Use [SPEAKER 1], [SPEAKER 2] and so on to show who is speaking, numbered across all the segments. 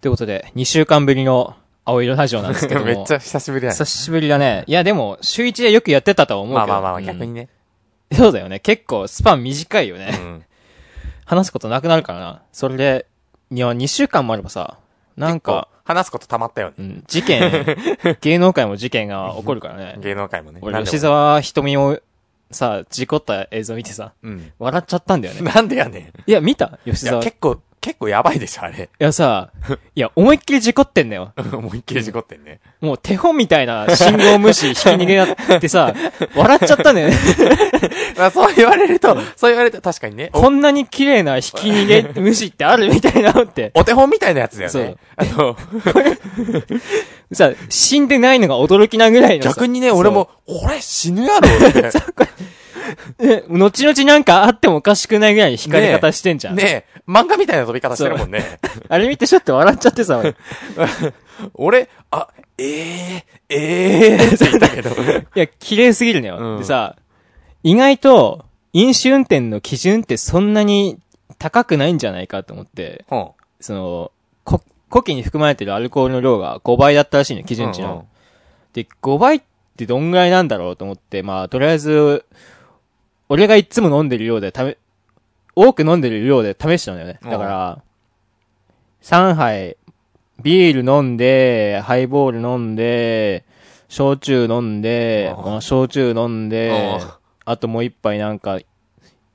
[SPEAKER 1] ということで、2週間ぶりの青色ラジオなんですけども。
[SPEAKER 2] めっちゃ久しぶりだね
[SPEAKER 1] 久。しぶりだね。いや、でも、週1でよくやってたとは思うけ
[SPEAKER 2] ま
[SPEAKER 1] ど。
[SPEAKER 2] あまあま
[SPEAKER 1] う
[SPEAKER 2] あ、
[SPEAKER 1] ん
[SPEAKER 2] 逆にね。
[SPEAKER 1] そうだよね。結構、スパン短いよね。
[SPEAKER 2] うん。
[SPEAKER 1] 話すことなくなるからな。それで、いや、2週間もあればさ、なんか、
[SPEAKER 2] こう話すことたまったよね。
[SPEAKER 1] うん、事件、 芸能界も事件が起こるからね。
[SPEAKER 2] 芸能界もね。
[SPEAKER 1] 俺、吉
[SPEAKER 2] なんでも
[SPEAKER 1] 沢瞳を、さ、事故った映像見てさ、
[SPEAKER 2] うん。
[SPEAKER 1] 笑っちゃったんだよ ね。
[SPEAKER 2] なんでやね
[SPEAKER 1] いや、見た吉
[SPEAKER 2] ん。いや、
[SPEAKER 1] 沢。い
[SPEAKER 2] 結構、結構やばいでしょ、あれ。
[SPEAKER 1] やさ、いや、思いっきり事故ってんだよ。
[SPEAKER 2] 思いっきり事故ってんね。も
[SPEAKER 1] もう手本みたいな信号無視、引き逃げやって さ、笑っちゃったんだよね。
[SPEAKER 2] うまあ そう言われると、そう言われると確かにね。
[SPEAKER 1] こんなに綺麗な引き逃げ無視ってあるみたいなのって。
[SPEAKER 2] おお手本みたいなやつだよ
[SPEAKER 1] そう
[SPEAKER 2] ね。あの、
[SPEAKER 1] さ、死んでないのが驚きなぐらいのさ。
[SPEAKER 2] 逆にね、
[SPEAKER 1] そう
[SPEAKER 2] 俺。も、これ死ぬやろ って。
[SPEAKER 1] え後々なんかあってもおかしくないぐらいの光り方してんじゃん。
[SPEAKER 2] ねえ、漫画みたいな飛び方してるもんね。
[SPEAKER 1] あれ見てちょっと笑っちゃってさ、 俺い
[SPEAKER 2] 俺、あ、ええええって言ったけど。
[SPEAKER 1] や、綺麗すぎるのよ。
[SPEAKER 2] うん
[SPEAKER 1] でさ、意外と、飲酒運転の基準ってそんなに高くないんじゃないかと思って、
[SPEAKER 2] ほ
[SPEAKER 1] その、こ、呼気に含まれてるアルコールの量が5倍だったらしいのよ、基
[SPEAKER 2] う
[SPEAKER 1] 準値の。
[SPEAKER 2] うんうん
[SPEAKER 1] で、5倍ってどんぐらいなんだろうと思って、まあ、とりあえず、俺がいつも飲んでる量で、ため、多く飲んでる量で試したのよね。
[SPEAKER 2] うん
[SPEAKER 1] だから、3杯、ビール飲んで、ハイボール飲んで、焼酎飲んで、
[SPEAKER 2] うん
[SPEAKER 1] まあ焼酎飲んで
[SPEAKER 2] うん、
[SPEAKER 1] あともう一杯なんか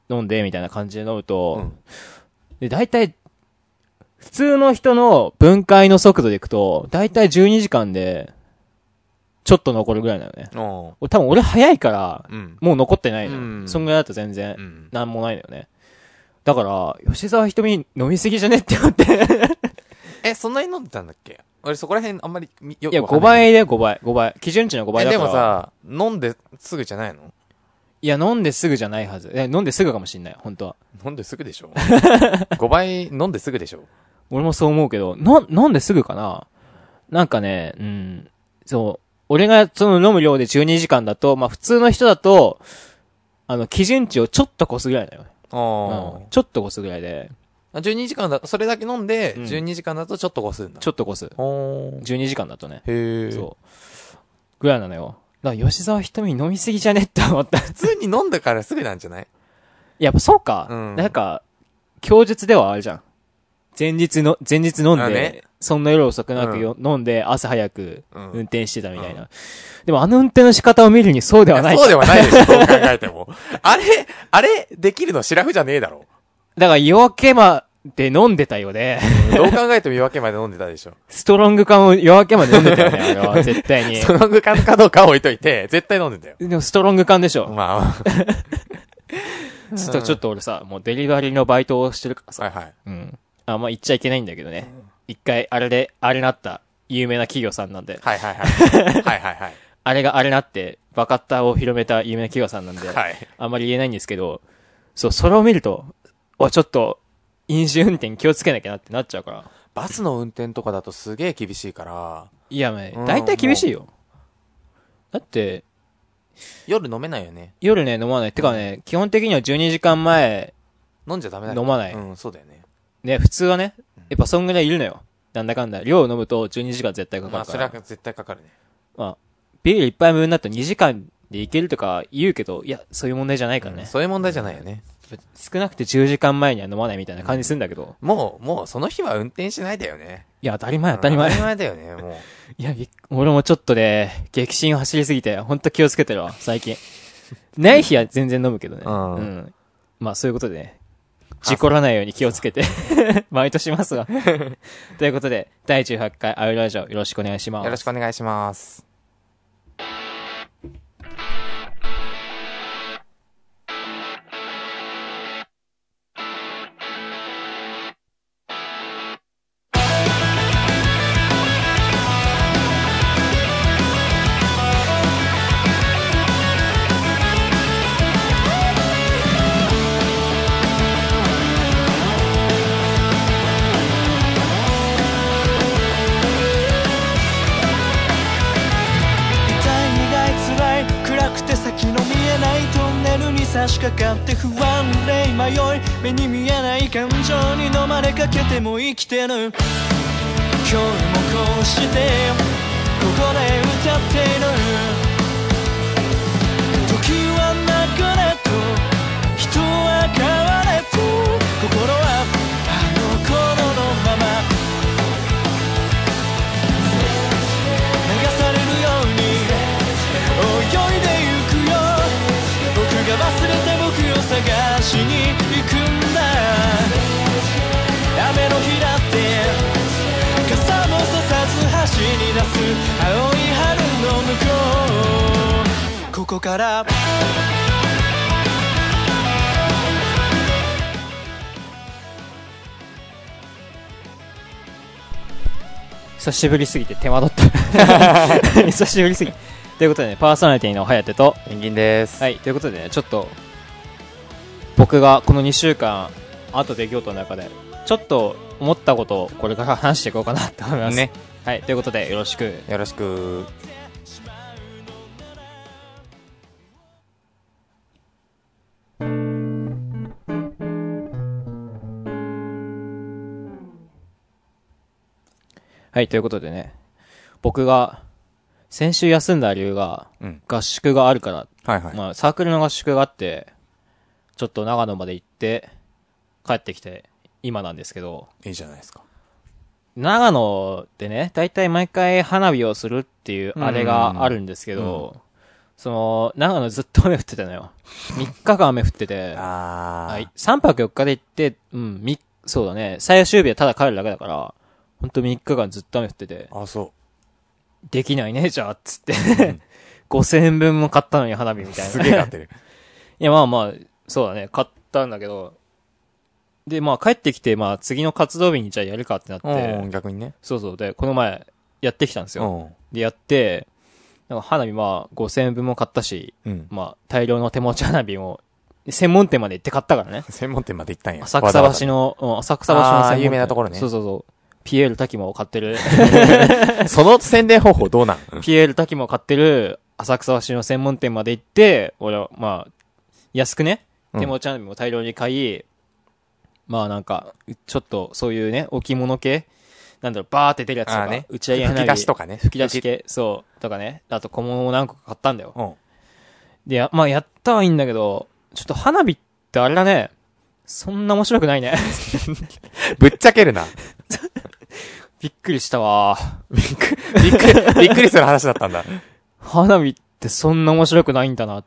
[SPEAKER 1] 飲んで、みたいな感じで飲むと、
[SPEAKER 2] う
[SPEAKER 1] で、
[SPEAKER 2] ん
[SPEAKER 1] 大体、普通の人の分解の速度でいくと、大体12時間で、ちょっと残るぐらいなのね。
[SPEAKER 2] うん。
[SPEAKER 1] 多分俺早いから、
[SPEAKER 2] うん。
[SPEAKER 1] もう残ってないのよ。
[SPEAKER 2] うん
[SPEAKER 1] そんぐらいだと全然
[SPEAKER 2] う、ん。
[SPEAKER 1] なんもないのよね。だから、吉沢ひとみ飲みすぎじゃねって思 って。
[SPEAKER 2] え、そんなに飲んでたんだっけ俺そこら辺あんまりみよ
[SPEAKER 1] いや、
[SPEAKER 2] わかん
[SPEAKER 1] 5
[SPEAKER 2] な
[SPEAKER 1] 倍
[SPEAKER 2] い
[SPEAKER 1] で5倍、5倍。基準値の5倍
[SPEAKER 2] え
[SPEAKER 1] だ
[SPEAKER 2] で
[SPEAKER 1] から。
[SPEAKER 2] も、さ、飲んですぐじゃないの
[SPEAKER 1] いや、飲んですぐじゃないはず。いや飲んですぐかもしんない、本当は。
[SPEAKER 2] 飲んですぐで しょ ?5 倍飲んですぐでしょ
[SPEAKER 1] 俺もそう思うけど、な、飲んですぐかななんかね、うん、そう、俺がその飲む量で12時間だと、まあ普通の人だと、あの、基準値をちょっと越すぐらいだよね。
[SPEAKER 2] あ
[SPEAKER 1] うんちょっと越すぐらいで、
[SPEAKER 2] あ。12時間だ、それだけ飲んで、
[SPEAKER 1] うん
[SPEAKER 2] 12時間だとちょっとこうするんだ。
[SPEAKER 1] ちょっと越す。
[SPEAKER 2] おー
[SPEAKER 1] 12時間だとね。
[SPEAKER 2] へえ。
[SPEAKER 1] そう。ぐらいなのよ。だから吉沢ひとみ飲みすぎじゃねって思った。
[SPEAKER 2] 普通に飲んだからすぐなんじゃない
[SPEAKER 1] やっぱそうか。
[SPEAKER 2] うん
[SPEAKER 1] なんか、供述ではあるじゃん。前日の、前日飲ん
[SPEAKER 2] あ
[SPEAKER 1] で、
[SPEAKER 2] ね
[SPEAKER 1] そんな夜遅くなくよ、飲んで朝早く
[SPEAKER 2] うん
[SPEAKER 1] 運転してたみたいな。でもあの運転の仕方を見るにそうではないい
[SPEAKER 2] や。そうではないでしょ、どう考えても。あれ、あれ、できるのシラフじゃねえだろ。
[SPEAKER 1] だから夜明けまで飲んでたよ ね。
[SPEAKER 2] どう考えても夜明けまで飲んでたでしょ。
[SPEAKER 1] ストロング缶を夜明けまで飲んでたよね、あれは絶対に。
[SPEAKER 2] その具感かどうかは置いといて、絶対飲んでんだよ。
[SPEAKER 1] でもストロング缶でしょ。
[SPEAKER 2] まあ、
[SPEAKER 1] ちょっと、ちょっと俺さ、もうデリバリーのバイトをしてるからさ。
[SPEAKER 2] はいはい。
[SPEAKER 1] うん。あ、まあ言っちゃいけないんだけどね。一回、あれで、あれなった、有名な企業さんなんで、
[SPEAKER 2] はいはい はい。はいはいはい。
[SPEAKER 1] あれがあれなって、バカッターを広めた有名な企業さんなんで、
[SPEAKER 2] はい。
[SPEAKER 1] あんまり言えないんですけど、そう、それを見ると、お、ちょっと、飲酒運転気をつけなきゃなってなっちゃうから。
[SPEAKER 2] バスの運転とかだとすげえ厳しいから、
[SPEAKER 1] いや、ね
[SPEAKER 2] う、ん
[SPEAKER 1] 大体厳しいよ。だって、
[SPEAKER 2] 夜飲めないよね。
[SPEAKER 1] 夜ね、飲まない。てかね、基本的には12時間前、
[SPEAKER 2] 飲んじゃダメだよ
[SPEAKER 1] 飲まない
[SPEAKER 2] うん、そうだよね。
[SPEAKER 1] ね、普通はね、やっぱそんぐらいいるのよ。なんだかんだ。量を飲むと12時間絶対かか
[SPEAKER 2] まあ、
[SPEAKER 1] るか
[SPEAKER 2] そ
[SPEAKER 1] ら
[SPEAKER 2] れは。絶対かかるね。
[SPEAKER 1] まあ、ビール一杯分だと2時間でいけるとか言うけど、いや、そういう問題じゃないからね。
[SPEAKER 2] そういう問題じゃないよね。
[SPEAKER 1] 少なくて10時間前には飲まないみたいな感じするんだけど、
[SPEAKER 2] もう、もう、その日は運転しないだよね。
[SPEAKER 1] いや、当たり前当たり前。
[SPEAKER 2] うん
[SPEAKER 1] い
[SPEAKER 2] 当たり前だよね、もう。
[SPEAKER 1] や、びっ俺もちょっとね、激震を走りすぎて、ほんと気をつけてるわ、最近。ない日は全然飲むけどね。
[SPEAKER 2] うん
[SPEAKER 1] んまあ、そういうことでね、事故らないように気をつけて、 毎年します わ。ということで、第18回アイラジオよろしくお願いし ます。
[SPEAKER 2] よろしくお願いします。
[SPEAKER 3] 痛い苦い辛い暗くて先の見えないトンネルに差し掛かって不安で迷い目に見えない感情に飲まれかけても生きてる今日もこうしてここで歌っている時は流れと人は変われと心はあの頃のまま流されるように泳いでゆくよ僕が忘れた僕を探しに行くんだ雨の日だって傘もささず走り出す青い春の向こうここから
[SPEAKER 1] 久しぶりすぎて手間取った。 久しぶりすぎ。ということでね、パーソナリティの颯と、
[SPEAKER 2] ペンギンです。
[SPEAKER 1] はい、ということでね、ちょっと、僕がこの2週間、あと出来事の中で、ちょっと思ったことをこれから話していこうかなと思います。
[SPEAKER 2] ね。
[SPEAKER 1] はい、ということでよろしく。
[SPEAKER 2] よろしく。
[SPEAKER 1] はい、ということでね、僕が、先週休んだ理由が、
[SPEAKER 2] うん。
[SPEAKER 1] 合宿があるから、
[SPEAKER 2] はいはい。
[SPEAKER 1] まあ、サークルの合宿があって、ちょっと長野まで行って、帰ってきて、今なんですけど、
[SPEAKER 2] いいじゃないですか。
[SPEAKER 1] 長野でね、大体毎回花火をするっていうあれがあるんですけど、その、長野ずっと雨降ってたの よ。3日間雨降ってて、
[SPEAKER 2] あー。
[SPEAKER 1] はい。3泊4日で行って、うん、み、そうだね、最終日はただ帰るだけだから、ほんと3日間ずっと雨降ってて、
[SPEAKER 2] あ、そ
[SPEAKER 1] できないね、じゃあ、つって。5000円分も買ったのに花火み
[SPEAKER 2] う。
[SPEAKER 1] たいな。
[SPEAKER 2] すげえなってる。
[SPEAKER 1] いや、まあまあ、そうだね。買ったんだけど。で、まあ帰ってきて、まあ次の活動日にじゃあやるかってなっ
[SPEAKER 2] うん、
[SPEAKER 1] て。
[SPEAKER 2] 逆にね。
[SPEAKER 1] そうそう。で、この前、やってきたんです
[SPEAKER 2] う
[SPEAKER 1] よ。
[SPEAKER 2] ん。
[SPEAKER 1] で、やって、なんか花火まあ5000円分も買ったし、
[SPEAKER 2] うん。
[SPEAKER 1] まあ大量の手持ち花火も、専門店まで行って買ったからね。
[SPEAKER 2] 専門店まで行ったんや。
[SPEAKER 1] 浅草橋の、うん、浅草橋の専門
[SPEAKER 2] あー
[SPEAKER 1] 店。
[SPEAKER 2] 有名なところね
[SPEAKER 1] そうそうそう。ピエール滝も買って る、
[SPEAKER 2] の。その宣伝方法どうなん
[SPEAKER 1] ピエール滝も買ってる、浅草橋の専門店まで行って、俺は、まあ、安くね、
[SPEAKER 2] うん
[SPEAKER 1] 手持ち花火も大量に買い、まあなんか、ちょっとそういうね、置物系、なんだろう、バーって出るやつと
[SPEAKER 2] あ
[SPEAKER 1] か、
[SPEAKER 2] ーね
[SPEAKER 1] 打ち上げ花火
[SPEAKER 2] 吹き出しとかね。
[SPEAKER 1] 吹き出し。系、そう、とかね、あと小物も何個か買ったんだよ。
[SPEAKER 2] うん。
[SPEAKER 1] で、やまあやったはいいんだけど、ちょっと花火ってあれだね、そんな面白くないね。
[SPEAKER 2] ぶっちゃけるな。
[SPEAKER 1] びっくりしたわ。
[SPEAKER 2] びっくり、びっくりする話だったん だ。
[SPEAKER 1] 花火ってそんな面白くないんだな。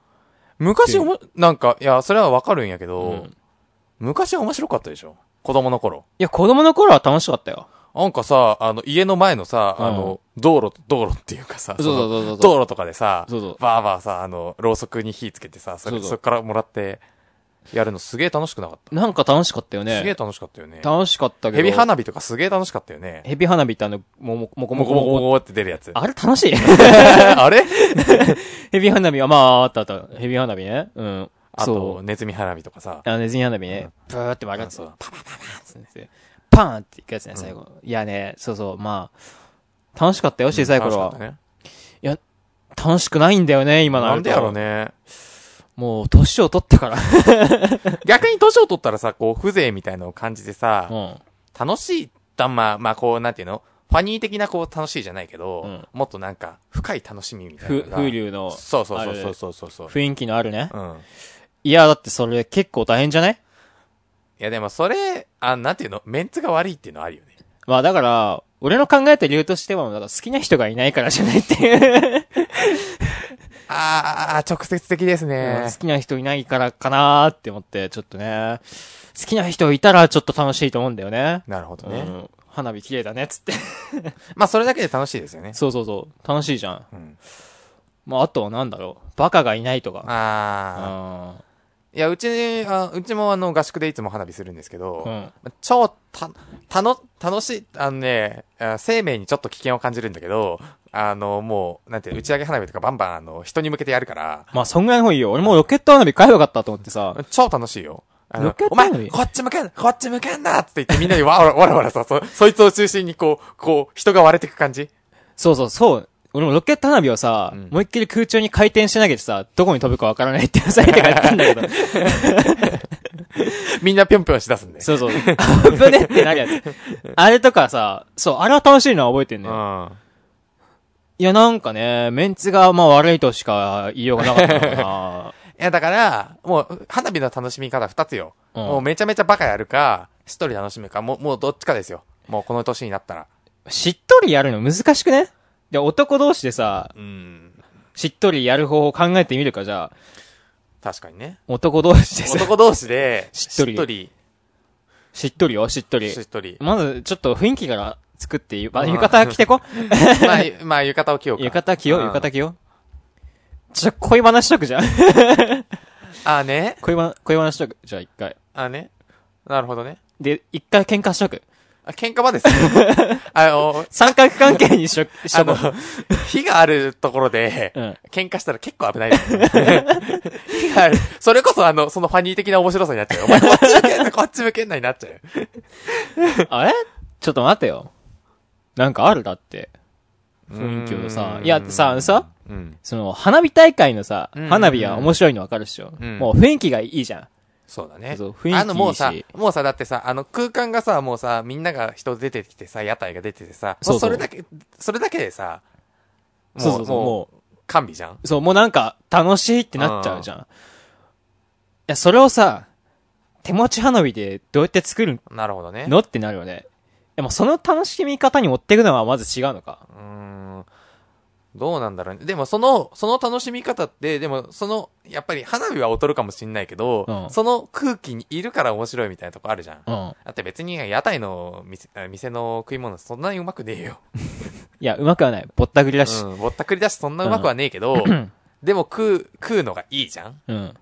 [SPEAKER 2] 昔おも、なんか、いや、それはわかるんやけ
[SPEAKER 1] う
[SPEAKER 2] ど
[SPEAKER 1] ん、
[SPEAKER 2] 昔は面白かったでしょ子供の頃。
[SPEAKER 1] いや、子供の頃は楽しかったよ。
[SPEAKER 2] なんかさ、あの、家の前のさ、あの、道路、道路っていうかさ、
[SPEAKER 1] そうそうそうそう
[SPEAKER 2] その道路とかでさ、
[SPEAKER 1] そうそう
[SPEAKER 2] バーバーさ、あの、ろうそくに火つけてさ、そ
[SPEAKER 1] そ
[SPEAKER 2] れ、
[SPEAKER 1] うそう
[SPEAKER 2] そっからもらって、やるのすげえ楽しくなかった。
[SPEAKER 1] なんか楽しかったよね。
[SPEAKER 2] すげえ楽しかったよね。
[SPEAKER 1] 楽しかったけど。
[SPEAKER 2] ヘビ花火とかすげえ楽しかったよね。
[SPEAKER 1] ヘビ花火ってあの、も、も、もこ
[SPEAKER 2] も
[SPEAKER 1] もこも
[SPEAKER 2] こもこ
[SPEAKER 1] こ
[SPEAKER 2] もこって出るやつ。
[SPEAKER 1] あれ楽しい
[SPEAKER 2] あれ
[SPEAKER 1] ヘビ花火は、まあ、あったあった。ヘビ花火ね。うん。
[SPEAKER 2] あ
[SPEAKER 1] そ
[SPEAKER 2] と、ネズミ花火とかさ
[SPEAKER 1] う。。あの、ネズミ花火ね。ブーって丸がつ
[SPEAKER 2] そう
[SPEAKER 1] パーンっていくやつね、最後。いやね、そうそう、まあ、楽しかったよ、小さい頃
[SPEAKER 2] 楽しか
[SPEAKER 1] は
[SPEAKER 2] っ。たね
[SPEAKER 1] 楽しくないんだよね、今の
[SPEAKER 2] なんでやろう。ね。
[SPEAKER 1] もう、年を取った から。
[SPEAKER 2] 逆に年を取ったらさ、こう、風情みたいのを感じてさ、
[SPEAKER 1] うん。
[SPEAKER 2] 楽しいたまあ、まあ、こう、なんていうのファニー的な、こう、楽しいじゃないけど、
[SPEAKER 1] うん
[SPEAKER 2] もっとなんか、深い楽しみみたいなの
[SPEAKER 1] ふ
[SPEAKER 2] が。
[SPEAKER 1] 風流の
[SPEAKER 2] そうそうそうそうそうそう。
[SPEAKER 1] 雰囲気のあるね。
[SPEAKER 2] うん。
[SPEAKER 1] いや、だってそれ結構大変じゃない
[SPEAKER 2] いや、でもそれ、あ、なんていうのメンツが悪いっていうのはあるよね。
[SPEAKER 1] まあだから、俺の考えた理由としては、だから好きな人がいないからじゃないっていう。
[SPEAKER 2] あー、直接的です
[SPEAKER 1] う
[SPEAKER 2] ね
[SPEAKER 1] ん好。きな人いないからかなーって思って、ちょっとね、好きな人いたらちょっと楽しいと思うんだよね。
[SPEAKER 2] なるほどね。
[SPEAKER 1] うん、花火綺麗だねっつって。
[SPEAKER 2] まあ、それだけで楽しいですよね。
[SPEAKER 1] そうそうそう。楽しいじゃん。
[SPEAKER 2] うん。
[SPEAKER 1] まあ、あとはなんだろう。バカがいないとか。
[SPEAKER 2] あ
[SPEAKER 1] あ
[SPEAKER 2] ー。いや、うち、あうちもあの、合宿でいつも花火するんですけど、
[SPEAKER 1] うん。
[SPEAKER 2] 超、た、たの、楽しい、あのね、あ生命にちょっと危険を感じるんだけど、あの、もう、なんていうの、打ち上げ花火とかバンバン、あの、人に向けてやるから、
[SPEAKER 1] まあ、そんぐらいの方がいいよ。俺もうロケット花火買えばよかったと思ってさ。
[SPEAKER 2] 超楽しいよ。あ
[SPEAKER 1] ロ
[SPEAKER 2] の
[SPEAKER 1] ケッ、ト
[SPEAKER 2] お
[SPEAKER 1] 花
[SPEAKER 2] 前
[SPEAKER 1] 火、
[SPEAKER 2] こっち向けん、こっち向けんなって言ってみ んなにわわらわらわらさ、そ、そいつを中心にこう、こう、人が割れてく感じ
[SPEAKER 1] そうそう、そう。俺もロケット花火をさ、
[SPEAKER 2] うん
[SPEAKER 1] 思いっきり空中に回転し投げてさ、どこに飛ぶかわからないって いうサイトがやったんだけど。
[SPEAKER 2] みんなぴょんぴょんしだすんで。
[SPEAKER 1] そうそう。危ねえってなるやつ。あれとかさ、そう、あれは楽しいのは覚えてん
[SPEAKER 2] う
[SPEAKER 1] ね
[SPEAKER 2] ん。あ
[SPEAKER 1] いや、なんかね、メンツがまあ悪いとしか言いようがなかったのか
[SPEAKER 2] いや、だから、もう、花火の楽しみ方二つよ。
[SPEAKER 1] うん
[SPEAKER 2] もうめちゃめちゃバカやるか、一人楽しむか、もう、もうどっちかですよ。もうこの年になったら。
[SPEAKER 1] な。しっとりやるの難しくねで、男同士でさ、
[SPEAKER 2] うん。
[SPEAKER 1] しっとりやる方法を考えてみるか、じゃあ、
[SPEAKER 2] 確かにね。
[SPEAKER 1] 男同士でさ、
[SPEAKER 2] 男同士で、
[SPEAKER 1] しっとり
[SPEAKER 2] し
[SPEAKER 1] しっ
[SPEAKER 2] っとり、
[SPEAKER 1] とりよ、しっとり
[SPEAKER 2] し。っとり。
[SPEAKER 1] まず、ちょっと雰囲気から作ってゆ、まあ、
[SPEAKER 2] うん
[SPEAKER 1] 浴衣着て こ
[SPEAKER 2] まあ、ゆ まあ、浴衣を着ようか。
[SPEAKER 1] 浴衣着よう、
[SPEAKER 2] うん
[SPEAKER 1] 浴衣着よう。じゃ、恋話しとくじゃん。
[SPEAKER 2] ああね。
[SPEAKER 1] 恋話、恋話しとく。じゃあ一回。
[SPEAKER 2] ああね。なるほどね。
[SPEAKER 1] で、一回喧嘩しとく。
[SPEAKER 2] あ、喧嘩場ですね。 あの、
[SPEAKER 1] 三角関係にしとく、し
[SPEAKER 2] あ
[SPEAKER 1] とこ
[SPEAKER 2] の
[SPEAKER 1] う、
[SPEAKER 2] 火があるところで、
[SPEAKER 1] うん
[SPEAKER 2] 喧嘩したら結構危ない ですね、火がある。それこそあの、そのファニー的な面白さになっちゃう。お前こっち向けんな、こっち向けんなになっちゃう。
[SPEAKER 1] あれちょっと待てよ。なんかあるだって。雰囲気をさ
[SPEAKER 2] う。ん
[SPEAKER 1] いや、さ、あのさ、
[SPEAKER 2] うん。
[SPEAKER 1] その、花火大会のさ、
[SPEAKER 2] うん
[SPEAKER 1] 花火は面白いのわかるっしょ。
[SPEAKER 2] うん
[SPEAKER 1] もう雰囲気がいいじゃん。
[SPEAKER 2] そうだね。
[SPEAKER 1] そう雰囲気いいし
[SPEAKER 2] あの、もうさ、もうさ、だってさ、あの、空間がさ、もうさ、みんなが人出てきてさ、屋台が出ててさ、
[SPEAKER 1] そうそう
[SPEAKER 2] もそれだけ、それだけでさ、もう、
[SPEAKER 1] そうそうそう、
[SPEAKER 2] も
[SPEAKER 1] も
[SPEAKER 2] う、完備じゃん
[SPEAKER 1] う、そう、もうなんか、楽しいってなっちゃうじゃん。いや、それをさ、手持ち花火でどうやって作る
[SPEAKER 2] なるほどね。
[SPEAKER 1] のってなるよね。でもその楽しみ方に持っていくのはまず違うのか。
[SPEAKER 2] うーんどうなんだろうね。でもその、その楽しみ方って、でもその、やっぱり花火は劣るかもしんないけど、
[SPEAKER 1] うん
[SPEAKER 2] その空気にいるから面白いみたいなとこあるじゃん。
[SPEAKER 1] う
[SPEAKER 2] だ
[SPEAKER 1] ん。
[SPEAKER 2] って別に屋台の店あ店の食い物そんなにうまくねえよ。
[SPEAKER 1] いや、うまくはない。ぼったくりだし。
[SPEAKER 2] うん、ぼったくりだしそんなうまくはねえ けど、でも食う、食うのがいいじゃん
[SPEAKER 1] うん。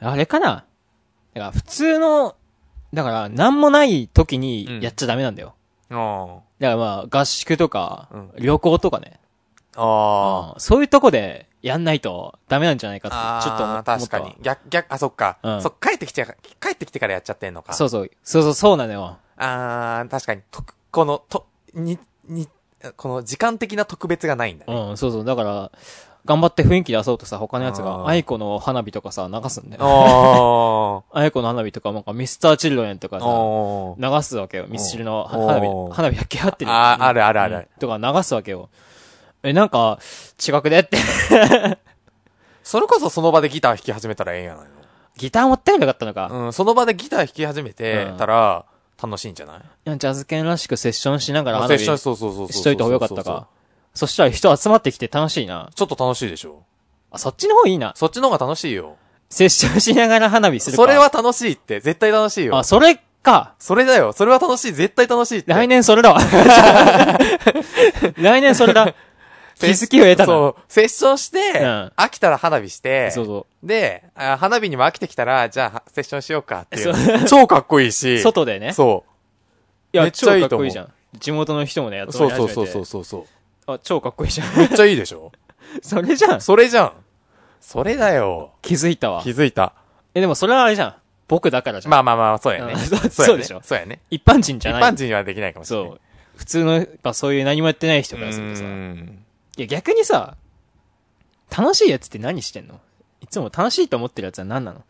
[SPEAKER 1] あれかなだから普通の、だから何もない時にやっちゃダメなんだよ。
[SPEAKER 2] うん。
[SPEAKER 1] だからまあ合宿とか、
[SPEAKER 2] うん
[SPEAKER 1] 旅行とかね、
[SPEAKER 2] あ
[SPEAKER 1] うんそういうとこでやんないとダメなんじゃないか
[SPEAKER 2] ー
[SPEAKER 1] っ
[SPEAKER 2] あ
[SPEAKER 1] て
[SPEAKER 2] ー。
[SPEAKER 1] ちょっと思った
[SPEAKER 2] 確かに。逆、逆、あ、そっか。
[SPEAKER 1] うん
[SPEAKER 2] そっ、帰ってきちゃ、帰ってきてからやっちゃってんのか。
[SPEAKER 1] そうそう。そうそう、そうなのよ。
[SPEAKER 2] あー、確かに、と、この、と、に、に、この時間的な特別がないんだね。
[SPEAKER 1] うん、そうそう。だから、頑張って雰囲気出そうとさ、他のやつ
[SPEAKER 2] あ
[SPEAKER 1] が、
[SPEAKER 2] ー
[SPEAKER 1] アイコの花火とかさ、流すんだよ。
[SPEAKER 2] あ
[SPEAKER 1] アイコの花火とか、なんかミスターチルドレンとか
[SPEAKER 2] ー。
[SPEAKER 1] さ、
[SPEAKER 2] おー。
[SPEAKER 1] 流すわけよ。ミスチルの
[SPEAKER 2] おー
[SPEAKER 1] 花
[SPEAKER 2] おー
[SPEAKER 1] 火、花火だけ合ってる。
[SPEAKER 2] あーあるあるある
[SPEAKER 1] うんとか流すわけよ。え、なんか、違くねって。
[SPEAKER 2] それこそその場でギター弾き始めたらええんやない
[SPEAKER 1] ギター持ってればよかったのか。
[SPEAKER 2] のうん、その場でギター弾き始めてたら、楽しいんじゃない
[SPEAKER 1] ジャズ犬らしくセッションしながら
[SPEAKER 2] まあ
[SPEAKER 1] 花
[SPEAKER 2] セッ
[SPEAKER 1] 火
[SPEAKER 2] ション、そうそうそうそう。
[SPEAKER 1] しといた方がよかったか。。そしたら人集まってきて楽しいな。
[SPEAKER 2] ちょっと楽しいでしょ。
[SPEAKER 1] あ、そっちの方いいな。
[SPEAKER 2] そっちの方が楽しいよ。
[SPEAKER 1] セッションしながら花火するか。
[SPEAKER 2] それは楽しいって、絶対楽しいよ
[SPEAKER 1] あ、。それか。
[SPEAKER 2] それだよ。それは楽しい。絶対楽しいって。
[SPEAKER 1] 来年それ だわ。来年それだ。 気づきを得たな。
[SPEAKER 2] そう、セッションして、
[SPEAKER 1] うん
[SPEAKER 2] 飽きたら花火して、
[SPEAKER 1] そうそ
[SPEAKER 2] で、あ花火にも飽きてきたら、じゃあ、はセッションしようかってい
[SPEAKER 1] そう
[SPEAKER 2] う。 超かっこいいし。
[SPEAKER 1] う。外でね。
[SPEAKER 2] そう。
[SPEAKER 1] いや、
[SPEAKER 2] めっち
[SPEAKER 1] 超
[SPEAKER 2] ゃいい
[SPEAKER 1] かっこ
[SPEAKER 2] と思う
[SPEAKER 1] いいじゃん。地元の人もね、やっ
[SPEAKER 2] そうそうそうそう
[SPEAKER 1] う。
[SPEAKER 2] そうそう。
[SPEAKER 1] あ、超かっこいいじゃん。
[SPEAKER 2] めっちゃいいでしょ
[SPEAKER 1] それじゃん。
[SPEAKER 2] それじゃん。それだよ。
[SPEAKER 1] 気づいたわ
[SPEAKER 2] 気。づいた。
[SPEAKER 1] え、でもそれはあれじゃん。僕だからじゃん。
[SPEAKER 2] まあまあまあ、そうやね
[SPEAKER 1] うん。そう
[SPEAKER 2] やね
[SPEAKER 1] そうでしょ
[SPEAKER 2] そうやね。
[SPEAKER 1] 一般人じ
[SPEAKER 2] 一
[SPEAKER 1] ゃない。
[SPEAKER 2] 般人にはできないかもしれない。
[SPEAKER 1] そう。普通の、やっぱそういう何もやってない人
[SPEAKER 2] う
[SPEAKER 1] からするとさ。い
[SPEAKER 2] ーん。
[SPEAKER 1] や、逆にさ、楽しいやつって何してんのいつも楽しいと思ってるやつは何なの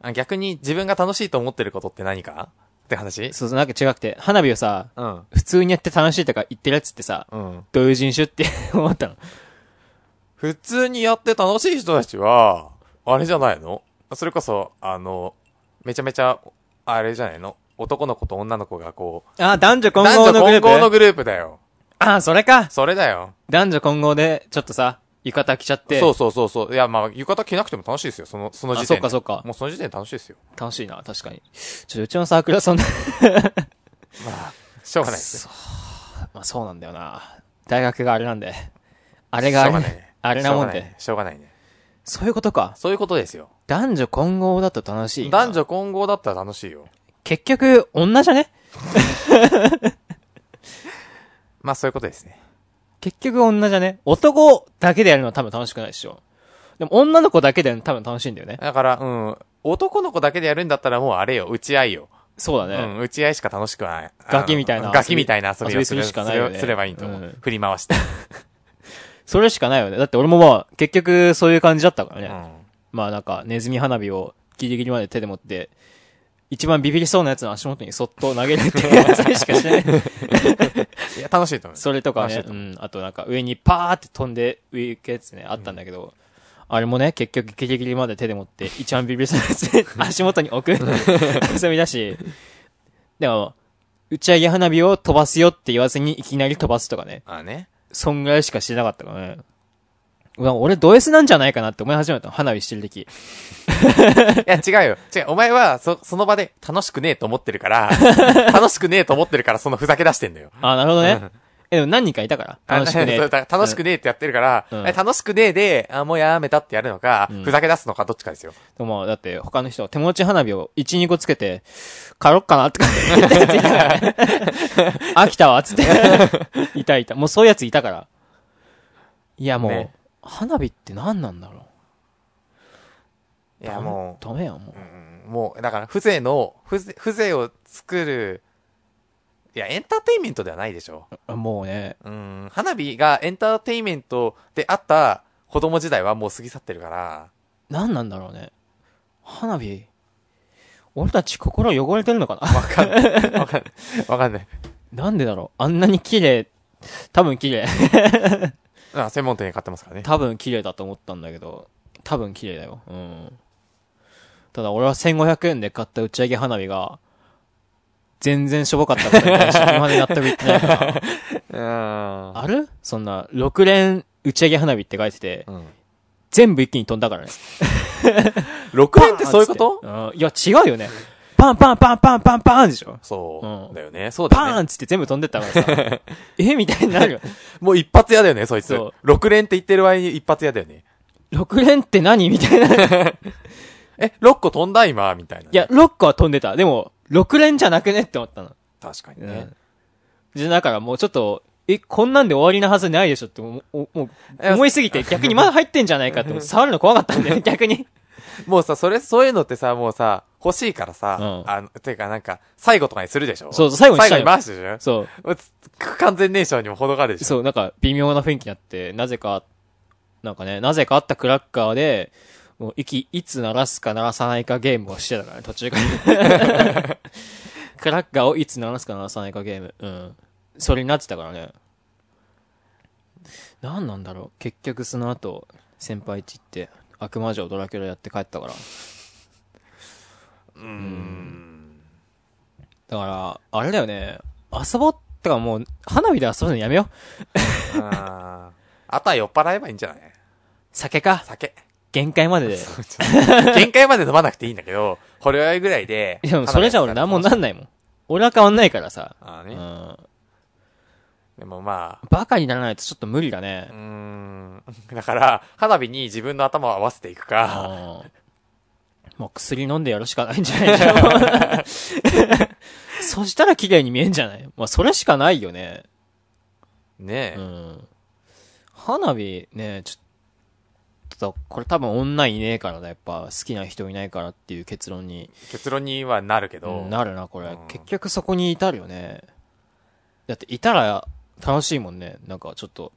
[SPEAKER 2] あ逆に自分が楽しいと思ってることって何かって話
[SPEAKER 1] そうそう、なんか違くて、花火をさ、
[SPEAKER 2] うん。
[SPEAKER 1] 普通にやって楽しいとか言ってるやつってさ、
[SPEAKER 2] うん。
[SPEAKER 1] どういう人種って 思ったの
[SPEAKER 2] 普通にやって楽しい人たちは、あれじゃないのそれこそ、あの、めちゃめちゃ、あれじゃないの男の子と女の子がこう、
[SPEAKER 1] あ、男女混
[SPEAKER 2] 男
[SPEAKER 1] 合
[SPEAKER 2] 女
[SPEAKER 1] のグル
[SPEAKER 2] 混
[SPEAKER 1] ープ
[SPEAKER 2] 合のグループだよ。
[SPEAKER 1] あ、それか。
[SPEAKER 2] それだよ。
[SPEAKER 1] 男女混合で、ちょっとさ、浴衣着ちゃって。
[SPEAKER 2] そうそうそうそう。いや、まあ、浴衣着なくても楽しいですよ。その、その時点で。
[SPEAKER 1] あそっかそっか
[SPEAKER 2] もうその時点で楽しいですよ。
[SPEAKER 1] 楽しいな、確かに。ちょ、うちのサークルはそん な、
[SPEAKER 2] しょうがないですね。
[SPEAKER 1] まあそうなんだよな。大学があれなんで。あれがあれ
[SPEAKER 2] しょ
[SPEAKER 1] な
[SPEAKER 2] うがないね、
[SPEAKER 1] あれなもん
[SPEAKER 2] しょうがい
[SPEAKER 1] で
[SPEAKER 2] ね。。しょうがないね。
[SPEAKER 1] そういうことか。
[SPEAKER 2] そういうことですよ。
[SPEAKER 1] 男女混合だと楽しいな。
[SPEAKER 2] 男女混合だったら楽しいよ。
[SPEAKER 1] 結局、女じゃね
[SPEAKER 2] まあ、そういうことですね。
[SPEAKER 1] 結局女じゃね男だけでやるのは多分楽しくないでしょ。でも女の子だけでやるの多分楽しいんだよね。
[SPEAKER 2] だから、うん。男の子だけでやるんだったらもうあれよ、打ち合いよ。
[SPEAKER 1] そうだ
[SPEAKER 2] う
[SPEAKER 1] ね。
[SPEAKER 2] ん、打ち合いしか楽しくない。
[SPEAKER 1] ガキみたいな遊び
[SPEAKER 2] ガキみたいな遊び
[SPEAKER 1] 遊
[SPEAKER 2] を
[SPEAKER 1] び
[SPEAKER 2] す
[SPEAKER 1] す
[SPEAKER 2] る
[SPEAKER 1] る
[SPEAKER 2] し
[SPEAKER 1] し
[SPEAKER 2] か
[SPEAKER 1] か
[SPEAKER 2] な
[SPEAKER 1] ないい
[SPEAKER 2] よ、
[SPEAKER 1] よ
[SPEAKER 2] ね
[SPEAKER 1] ね
[SPEAKER 2] すればいいと思う。
[SPEAKER 1] うん
[SPEAKER 2] 振り回して。
[SPEAKER 1] それしかないよね。だって俺もまあ、結局そういう感じだったからね。
[SPEAKER 2] うん。
[SPEAKER 1] まあなんか、ネズミ花火をギリギリまで手で持って、一番ビビりそうなやつの足元にそっと投げるっていうそれしかしない。
[SPEAKER 2] いや、楽しいと思う。
[SPEAKER 1] それとかね、
[SPEAKER 2] 楽しいうと思
[SPEAKER 1] ん。あとなんか上にパーって飛んで上行くやつね、あったんだけど、あれもね、結局ギリギリまで手で持って、一番ビビりそうなやつで足元に置く。遊びだし、でも、打ち上げ花火を飛ばすよって言わずにいきなり飛ばすとかね。
[SPEAKER 2] う。あね。
[SPEAKER 1] そんぐらいしかしてなかったからね。うわ俺ド S なんじゃないかなって思い始めたの花火してる時。
[SPEAKER 2] いや、違うよ。違う。お前は、そ、その場で楽しくねえと思って るから、楽しくねえと思ってるから、そのふざけ出してんだよ。
[SPEAKER 1] あ、なるほど ね。え、でも何人かいたから。楽しくね。
[SPEAKER 2] そうだ楽しくねえってやってるから、
[SPEAKER 1] うん
[SPEAKER 2] え楽しくねえで、あ、もうやめたってやるのか、ふざけ出すのか、どっちかですよ。
[SPEAKER 1] でも、だって、他の人は手持ち花火を1、2個つけて、帰ろっかなとか言って たやついたから、飽きたわ、 つって。いたいた。もうそういうやついたから。いや、もう、
[SPEAKER 2] ね
[SPEAKER 1] 花火って何なんだろ。
[SPEAKER 2] いうや、も
[SPEAKER 1] ダメやん、もう
[SPEAKER 2] う、。うん、もう、だから、風情の、風情、風情を作る、いや、エンターテインメントではないでしょ。
[SPEAKER 1] もうね、
[SPEAKER 2] うん、花火がエンターテインメントであった子供時代はもう過ぎ去ってるから、
[SPEAKER 1] 何なんだろうね。花火、俺たち心汚れてるのかな
[SPEAKER 2] わかんな い。わかんない。わかんない。
[SPEAKER 1] なんでだろうあんなに綺麗、多分綺麗。
[SPEAKER 2] あ、専門店で買ってますからね。
[SPEAKER 1] 多分綺麗だと思ったんだけど、多分綺麗だよ。うん。ただ俺は1500円で買った打ち上げ花火が、全然しょぼかったことに対して今まで納得いってない から。
[SPEAKER 2] うん。
[SPEAKER 1] あるそんな、6連打ち上げ花火って書いてて、
[SPEAKER 2] うん。
[SPEAKER 1] 全部一気に飛んだからね。
[SPEAKER 2] 6連って そういうこと
[SPEAKER 1] うんいや、違うよね。パンパンパンパンパンパンでしょ
[SPEAKER 2] そう、
[SPEAKER 1] うん
[SPEAKER 2] だよね。そうだ
[SPEAKER 1] パーン
[SPEAKER 2] よね。
[SPEAKER 1] っつって全部飛んでったからさ。 えみたいになるよ。
[SPEAKER 2] もう一発屋だよね、そいつ。
[SPEAKER 1] そ
[SPEAKER 2] 6連って言ってる割に一発屋だよね。
[SPEAKER 1] 6連って何みたいな。い
[SPEAKER 2] え、6個飛んだ今みたいな、ね。
[SPEAKER 1] や、、6個は飛んでた。でも、6連じゃなくねって思ったの。
[SPEAKER 2] 確か
[SPEAKER 1] ね
[SPEAKER 2] にね。
[SPEAKER 1] じゃ、だからもうちょっと、え、こんなんで終わりなはずないでしょって思、おもう、
[SPEAKER 2] え
[SPEAKER 1] 思いすぎて、逆にまだ入ってんじゃないかって思って、触るの怖かったんだよね、逆に。
[SPEAKER 2] もうさ、それ、そういうのってさ、もうさ、欲しいからさ、
[SPEAKER 1] うん
[SPEAKER 2] あの、てかなんか、最後とかにするでしょ
[SPEAKER 1] そうそう最後にした
[SPEAKER 2] 最
[SPEAKER 1] い
[SPEAKER 2] 後に回してるでし
[SPEAKER 1] そ
[SPEAKER 2] ょもうつ完全燃焼にも程がある
[SPEAKER 1] う、
[SPEAKER 2] でしょ
[SPEAKER 1] そう、なんか、微妙な雰囲気になって、なぜか、なんかね、なぜかあったクラッカーで、もう、息、いつ鳴らすか鳴らさないかゲームをしてたからね、途中から。クラッカーをいつ鳴らすか鳴らさないかゲーム。うん。それになってたからね。なんなんだろう。結局その後、先輩ち行って、悪魔城ドラキュラやって帰ったから。
[SPEAKER 2] う。うん。
[SPEAKER 1] だから、あれだよね。遊ぼうってかもう、花火で遊ぶのやめよう。
[SPEAKER 2] あーあとは酔っ払えばいいんじゃない
[SPEAKER 1] 酒か。
[SPEAKER 2] 酒。
[SPEAKER 1] 限界までで。
[SPEAKER 2] 限界まで飲まなくていいんだけど、これぐらいで。
[SPEAKER 1] でもそれじゃ俺何もなん
[SPEAKER 2] い。
[SPEAKER 1] ないもん。俺は変わんないからさ。
[SPEAKER 2] ああ
[SPEAKER 1] う
[SPEAKER 2] ね。
[SPEAKER 1] ん。
[SPEAKER 2] でもまあ、
[SPEAKER 1] バカにならないとちょっと無理だ
[SPEAKER 2] う
[SPEAKER 1] ね
[SPEAKER 2] ー。ん。だから、花火に自分の頭を合わせてい
[SPEAKER 1] う
[SPEAKER 2] く
[SPEAKER 1] ん
[SPEAKER 2] か、。
[SPEAKER 1] もう薬飲んでやるしかないんじゃないか そしたら綺麗に見えんじゃないまあそれしかないよね。
[SPEAKER 2] ねえ
[SPEAKER 1] う。ん。花火ね、ちょっと、これ多分女いねえからだ、やっぱ好きな人いないからっていう結論に
[SPEAKER 2] 結論にはなるけど、
[SPEAKER 1] なるな、これ、
[SPEAKER 2] うん
[SPEAKER 1] 結局そこに至るよね。だって、いたら楽しいもんね。なんか、ちょっと。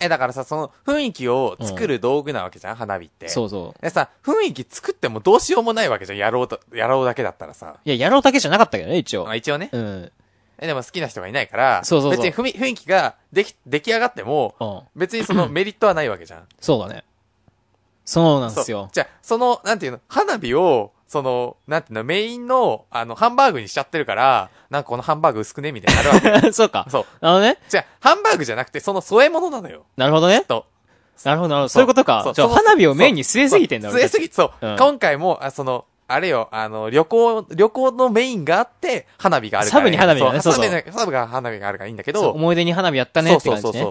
[SPEAKER 2] え、だからさ、その雰囲気を作る道具なわけじゃん、花火って。。
[SPEAKER 1] そううそう。
[SPEAKER 2] でさ、雰囲気作ってもどうしようもないわけじゃん、やろうと、やろうだけだったらさ。
[SPEAKER 1] いや、やろうだけじゃなかったけどね、一応
[SPEAKER 2] まあ。一応ね。
[SPEAKER 1] うん。うん。
[SPEAKER 2] え、でも好きな人がいないから、
[SPEAKER 1] そうそうそう
[SPEAKER 2] 別に雰囲雰囲気ができ、出来上がっても、別にそのメリットはないわけじゃん。
[SPEAKER 1] そうだね。そうなん
[SPEAKER 2] そ
[SPEAKER 1] で
[SPEAKER 2] う
[SPEAKER 1] すよ。
[SPEAKER 2] じゃあ、その、なんていうの、花火を、その、なんていうの、メインの、あの、ハンバーグにしちゃってるから、なんかこのハンバーグ薄くねみたいになるわ けよ。
[SPEAKER 1] そうか。
[SPEAKER 2] そう。
[SPEAKER 1] あのね。
[SPEAKER 2] じゃあ、ハンバーグじゃなくて、その添え物なのよ。
[SPEAKER 1] なるほどね。
[SPEAKER 2] と。
[SPEAKER 1] なるほど、なるほど。 そういうことか
[SPEAKER 2] そ。う
[SPEAKER 1] じゃあ、
[SPEAKER 2] そう
[SPEAKER 1] 花火をメインに据えすぎてんだ、
[SPEAKER 2] そう据えす
[SPEAKER 1] ぎ
[SPEAKER 2] ぎ、そう。
[SPEAKER 1] うん
[SPEAKER 2] 今回も、あ、その、あれよ、あの、旅行、旅行のメインがあって、花火があるから。
[SPEAKER 1] サブに花火がね
[SPEAKER 2] そう
[SPEAKER 1] そうそう
[SPEAKER 2] サブにサブが花火があるからいいんだけど、
[SPEAKER 1] 思い出に花火やったねって感じね。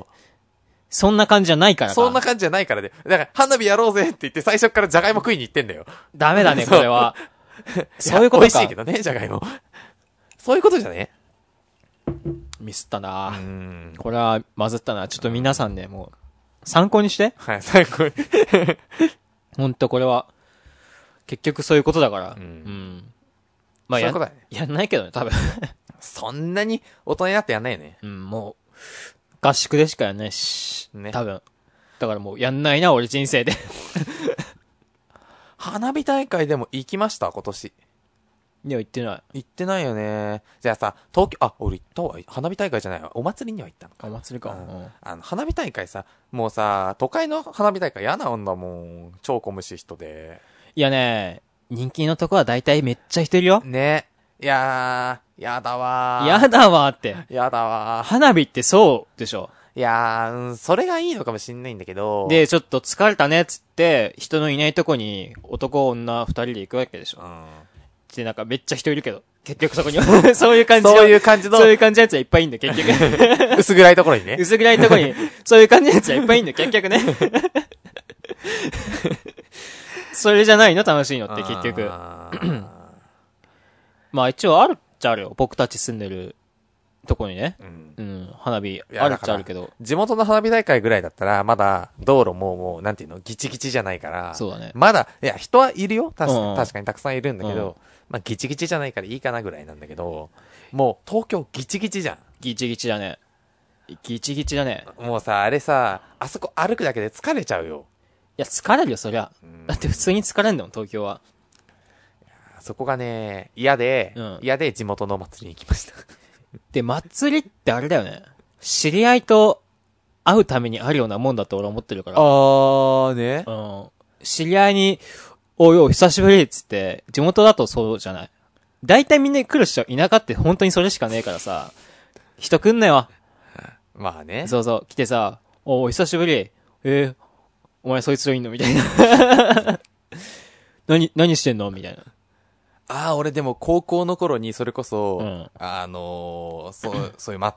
[SPEAKER 1] そんな感じじゃないからか
[SPEAKER 2] そんな感じじゃないからで。だから、花火やろうぜって言って、最初からジャガイモ食いに行ってんだよ。
[SPEAKER 1] ダメだね、こ
[SPEAKER 2] そう
[SPEAKER 1] れは。そういうこと
[SPEAKER 2] や美味し い
[SPEAKER 1] か
[SPEAKER 2] け。どね、ジャガイモ。 そういうことじゃね
[SPEAKER 1] ミスったな
[SPEAKER 2] うーん。
[SPEAKER 1] これは、まずったな。ちょっと皆さんね、もう、参考にして。
[SPEAKER 2] はい、最 後に。
[SPEAKER 1] ほんとこれは、結局そういうことだから。
[SPEAKER 2] う
[SPEAKER 1] うんん。まあ
[SPEAKER 2] そうい
[SPEAKER 1] や
[SPEAKER 2] うことだね。
[SPEAKER 1] やんないけどね、多分。
[SPEAKER 2] そんなに大人になってやんないよね。
[SPEAKER 1] うん、もう、合宿でしかやんないし。
[SPEAKER 2] ね
[SPEAKER 1] 多分。だからもうやんないな、俺人 生で。
[SPEAKER 2] 花火大会でも行きました今年。
[SPEAKER 1] いや、言ってない。
[SPEAKER 2] 行ってないよね。じゃあさ、東京、あ、俺行ったわ。花火大会じゃないわ。お祭りには行ったのか。
[SPEAKER 1] お祭りか。
[SPEAKER 2] うん
[SPEAKER 1] うん
[SPEAKER 2] あの、花火大会さ、もうさ、都会の花火大会嫌なんだもん。超小虫人で。
[SPEAKER 1] いやね、人気のとこは大体めっちゃ人いるよ。
[SPEAKER 2] ね。いやー、やだわー。
[SPEAKER 1] やだわーって。
[SPEAKER 2] やだわー。
[SPEAKER 1] 花火ってそうでしょ。
[SPEAKER 2] いやー、うん、それがいいのかもしんないんだけど。、
[SPEAKER 1] で、ちょっと疲れたねっつって、人のいないとこに男女二人で行くわけでし
[SPEAKER 2] う
[SPEAKER 1] ょ。
[SPEAKER 2] ん。
[SPEAKER 1] で、なんかめっちゃ人いるけど、結局そこに はそういう感じの
[SPEAKER 2] そういう感じの
[SPEAKER 1] そういう感じのやつはいっぱいいんだよ、結局。
[SPEAKER 2] 薄暗いところにね。
[SPEAKER 1] 薄暗いとこ に、そういう感じのやつはいっぱいいんだよ、結局ね。それじゃないの楽しいのって結局。
[SPEAKER 2] あー
[SPEAKER 1] まあ一応あるっちゃあるよ。僕たち住んでるとこにね。
[SPEAKER 2] うん
[SPEAKER 1] うん、花火
[SPEAKER 2] いや
[SPEAKER 1] あるっちゃあるけど。
[SPEAKER 2] 地元の花火大会ぐらいだったら、まだ道路ももう、なんていうの、ギチギチじゃないから。
[SPEAKER 1] そうだね
[SPEAKER 2] まだ、いや、人はいるよ。確
[SPEAKER 1] うんう
[SPEAKER 2] か
[SPEAKER 1] ん
[SPEAKER 2] 確かにたくさんいるんだけ
[SPEAKER 1] う
[SPEAKER 2] ど、
[SPEAKER 1] ん
[SPEAKER 2] まあ、ギチギチじゃないからいいかなぐらいなんだけど、もう、東京ギチギチじゃん。
[SPEAKER 1] ギチギチだね。ギチギチだね。
[SPEAKER 2] もうさ、あれさ、あそこ歩くだけで疲れちゃうよ。
[SPEAKER 1] いや、疲れるよ、そりゃ。だって普通に疲れんだもん、東京は。
[SPEAKER 2] そこがね、嫌で、
[SPEAKER 1] うん
[SPEAKER 2] 嫌で地元のお祭りに行きました。
[SPEAKER 1] で、祭りってあれだよね。知り合いと会うためにあるようなもんだと俺は思ってるから。
[SPEAKER 2] ーね。
[SPEAKER 1] うん。知り合いに、おいおい、久しぶりっつって、地元だとそうじゃない。大体みんな来る人、田舎って本当にそれしかねえからさ、人来んなよ。
[SPEAKER 2] まあね。
[SPEAKER 1] そうそう、来てさ、おお、久しぶり。えー、お前そいつらいんのみたいな。 何、何してんのみたいな。
[SPEAKER 2] ああ、俺でも高校の頃にそれこそ、
[SPEAKER 1] うん
[SPEAKER 2] あのーそう、 そういうま、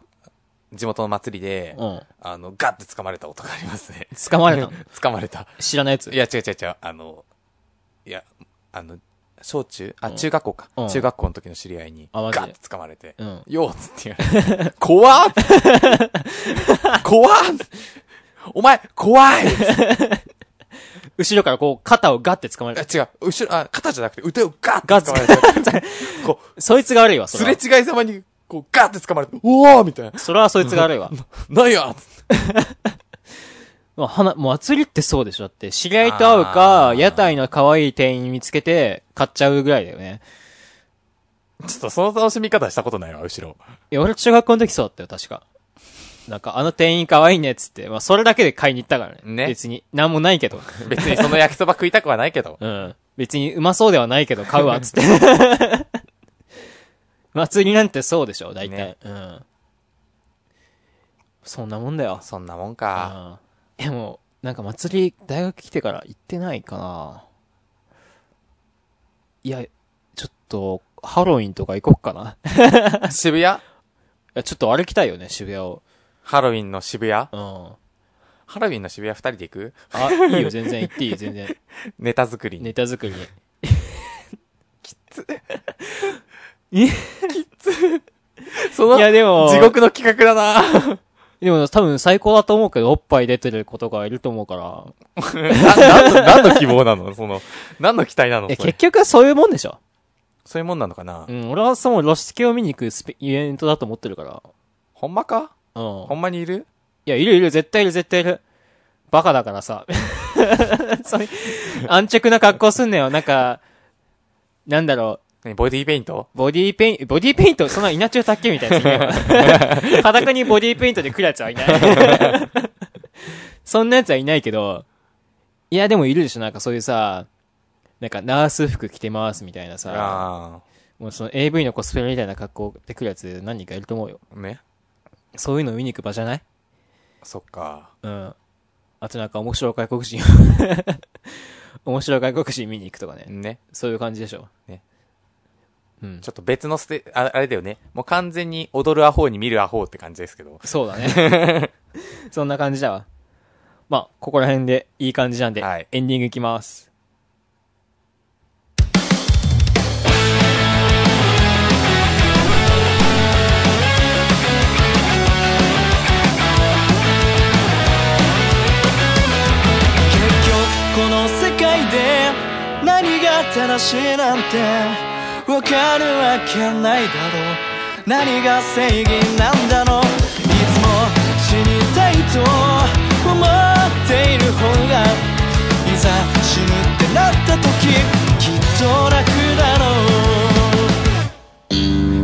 [SPEAKER 2] 地元の祭りで、
[SPEAKER 1] うん
[SPEAKER 2] あの、ガッて掴まれた音がありますね。
[SPEAKER 1] 捕まれたの
[SPEAKER 2] 掴まれた。
[SPEAKER 1] 知らないやつ。
[SPEAKER 2] いや、違う違う違う、あの、いや、あの、小中あ、中学校か、
[SPEAKER 1] うん
[SPEAKER 2] 中学校の時の知り合いに、
[SPEAKER 1] あマ
[SPEAKER 2] ガ
[SPEAKER 1] ジで
[SPEAKER 2] ッて掴まれて、
[SPEAKER 1] うん
[SPEAKER 2] よーっつって言われて、怖っ怖っお前、怖い
[SPEAKER 1] 後ろからこう、肩をガッて掴まれた。
[SPEAKER 2] あ違う、後ろ、あ、肩じゃなくて腕をガッて掴まれて、こう、
[SPEAKER 1] そいつが悪いわ、そ
[SPEAKER 2] す
[SPEAKER 1] れ
[SPEAKER 2] れ
[SPEAKER 1] は。
[SPEAKER 2] 違いざまに、こう、ガーって掴まれて、おおみたいな。
[SPEAKER 1] それはそいつが悪いわ。
[SPEAKER 2] なんやつって
[SPEAKER 1] まあ、花、もう祭りってそうでしょだって、知り合いと会うか
[SPEAKER 2] あ、ー
[SPEAKER 1] 屋台の可愛い店員見つけて、買っちゃうぐらいだよね。
[SPEAKER 2] ちょっとその楽しみ方したことないわ、後ろ。
[SPEAKER 1] いや、俺中学校の時そうだったよ、確か。なんか、あの店員可愛いね、っつって。まあ、それだけで買いに行ったからね。
[SPEAKER 2] ね
[SPEAKER 1] 別に、なんもないけ ど。
[SPEAKER 2] 別にその焼きそば食いたくはないけど。
[SPEAKER 1] うん。別に、うまそうではないけど、買うわ、っつって。 祭りなんてそうでしょ大体、
[SPEAKER 2] ね
[SPEAKER 1] うん。そんなもんだよ。
[SPEAKER 2] そんなもんか。
[SPEAKER 1] うん。でも、なんか祭り、大学来てから行ってないかな。いや、ちょっと、ハロウィンとか行こっかな。 い
[SPEAKER 2] 渋谷
[SPEAKER 1] や、ちょっと歩きたいよね、渋谷を。
[SPEAKER 2] ハロウィンの渋谷
[SPEAKER 1] うん。あ、
[SPEAKER 2] ハロウィンの渋谷二人で行く
[SPEAKER 1] いいよ、全然行っていい、全然。
[SPEAKER 2] ネタ作りに。
[SPEAKER 1] ネタ作りに。
[SPEAKER 2] そ
[SPEAKER 1] いや、でも、
[SPEAKER 2] 地獄の企画だな
[SPEAKER 1] でも多分最高だと思うけど、おっぱい出てる子とかいると思うから。
[SPEAKER 2] な、なんの、何の希望なのその、何の期待なの
[SPEAKER 1] いや、
[SPEAKER 2] それ
[SPEAKER 1] 結局はそういうもんでしょ。
[SPEAKER 2] そういうもんなのかな
[SPEAKER 1] うん、俺はその露出系を見に行くスペイベントだと思ってるから。
[SPEAKER 2] ほんまか
[SPEAKER 1] うん
[SPEAKER 2] ほ。んまにいる
[SPEAKER 1] いや、いるいる、絶対いる、絶対いる。バカだからさ。 そういう安直な格好すんなよ。なんか、なんだろ
[SPEAKER 2] 何ボディーペイント
[SPEAKER 1] う、ボディーペイン、ボディーペイント、そんな稲中卓球みたいなやついないわ裸にボディーペイントで来るやつはいない。そんなやつはいないけど、いや、でもいるでしょ、なんかそういうさ、なんかナース服着てますみたいなさ、
[SPEAKER 2] あ
[SPEAKER 1] もうその AV のコスプレみたいな格好で来るやつ何人かいると思うよ。
[SPEAKER 2] あ。ね。
[SPEAKER 1] そういうの見に行く場じゃない
[SPEAKER 2] そっか。
[SPEAKER 1] うん。あとなんか面白い外国人 面白い外国人見に行くとかね。
[SPEAKER 2] ね。
[SPEAKER 1] そういう感じでしょ。
[SPEAKER 2] ね。
[SPEAKER 1] うん
[SPEAKER 2] ち。ょっと別のステ、ああれだよね。もう完全に踊るアホに見るアホって感じですけど。
[SPEAKER 1] そうだね。 そんな感じだわ。まあ、ここら辺でいい感じなんで、
[SPEAKER 2] はい
[SPEAKER 1] エンディングいきます。
[SPEAKER 3] 結局この世界で何が正しいなんてわかるわけないだろう何が正義なんだろういつも死にった時きっと楽だろう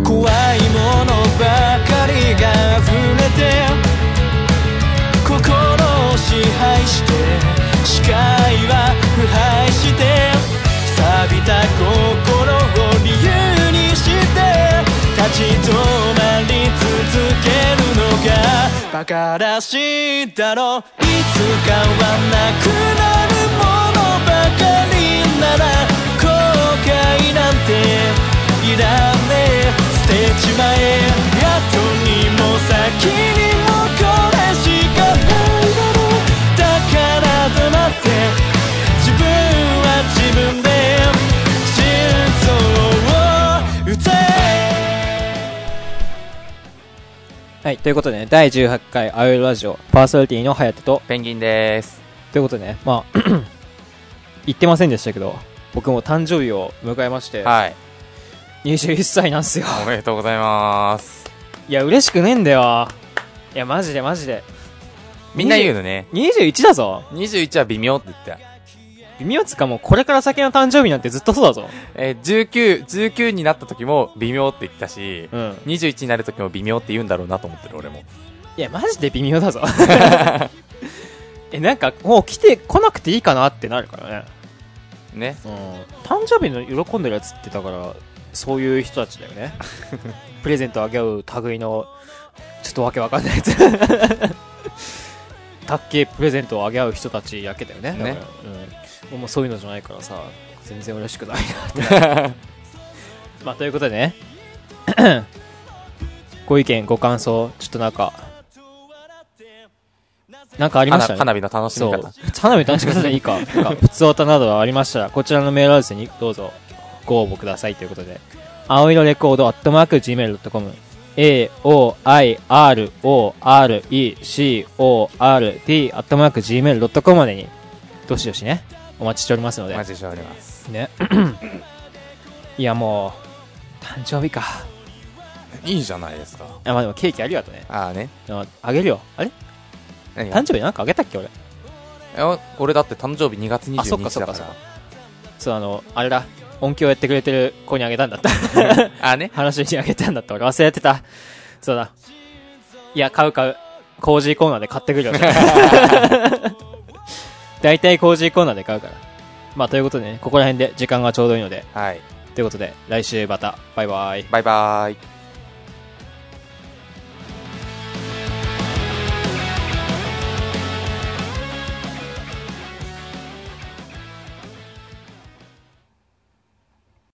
[SPEAKER 3] 怖いものばかりが溢れて心を支配して視界は腐敗して錆びた心を理由にして立ち止まり続けるのがバカらしいだろいつかはなくなるものばかりなら後悔なんていらねえ捨てちまえ後にも先にもこれしかないだろうだから黙って自分は自分で心臓を打て
[SPEAKER 1] はい、ということでね、第18回アイルラジオ、パーソナリティのハヤトと、
[SPEAKER 2] ペンギンです。
[SPEAKER 1] ということでね、まあ、 言ってませんでしたけど、僕も誕生日を迎えまして、
[SPEAKER 2] はい。
[SPEAKER 1] 21歳なんですよ。
[SPEAKER 2] おめでとうございます。
[SPEAKER 1] いや、嬉しくねえんだよ。いや、マジでマジで。
[SPEAKER 2] みんな言うのね。
[SPEAKER 1] 21だぞ。
[SPEAKER 2] 21は微妙って言って。
[SPEAKER 1] 微妙っつうかもうこれから先の誕生日なんてずっとそうだぞ。
[SPEAKER 2] えー、19、19になった時も微妙って言ったし、
[SPEAKER 1] うん。
[SPEAKER 2] 21になる時も微妙って言うんだろうなと思ってる、俺も。
[SPEAKER 1] いや、マジで微妙だぞ。 え、なんか、もう来て、来なくていいかなってなるからね。
[SPEAKER 2] ね。
[SPEAKER 1] うん。誕生日の喜んでるやつってだから、そういう人たちだよね。プレゼントあげ合う類の、ちょっとわけわかんないやつ。たっけプレゼントをあげ合う人たちだけだよね。だから
[SPEAKER 2] ね
[SPEAKER 1] うん。もうもうそういうのじゃないからさ、全然嬉しくないなって。まあ、ということでね。 ご意見、ご感想、ちょっとなんか、なんかありました
[SPEAKER 2] 花
[SPEAKER 1] ね。
[SPEAKER 2] 花火の楽しみ
[SPEAKER 1] そう
[SPEAKER 2] 方。。
[SPEAKER 1] 花火楽しくでいいか。なんか、普通歌などありましたら、こちらのメールアドレスにどうぞご応募くださいということで。青色レコードアットマーク Gmail.com aoirorecord アットマーク Gmail.com までに、どしどしね、お待ちしておりますの
[SPEAKER 2] お
[SPEAKER 1] で。
[SPEAKER 2] 待ちしております。
[SPEAKER 1] ね。 いやもう、誕生日か。
[SPEAKER 2] いいじゃないですか。
[SPEAKER 1] あ、まあでもケーキありがとうね。
[SPEAKER 2] ああね。
[SPEAKER 1] ああげるよ。あれ
[SPEAKER 2] 何が
[SPEAKER 1] 誕生日なんかあげたっけ俺。
[SPEAKER 2] えお俺だって誕生日2月22日だ
[SPEAKER 1] あ
[SPEAKER 2] から。
[SPEAKER 1] そっかそっかそっかそう、あの、あれだ。音響やってくれてる子にあげたんだった。
[SPEAKER 2] ああね。
[SPEAKER 1] 話にあげたんだって俺忘れてた。そうだ。いや、買う買う。コージーコーナーで買ってくるよ。大体コージーコーナーで買うから。まあ、ということでね、ここら辺で時間がちょうどいいので、
[SPEAKER 2] はい。
[SPEAKER 1] ということで、来週また、バイバイ。
[SPEAKER 2] バイバーイ。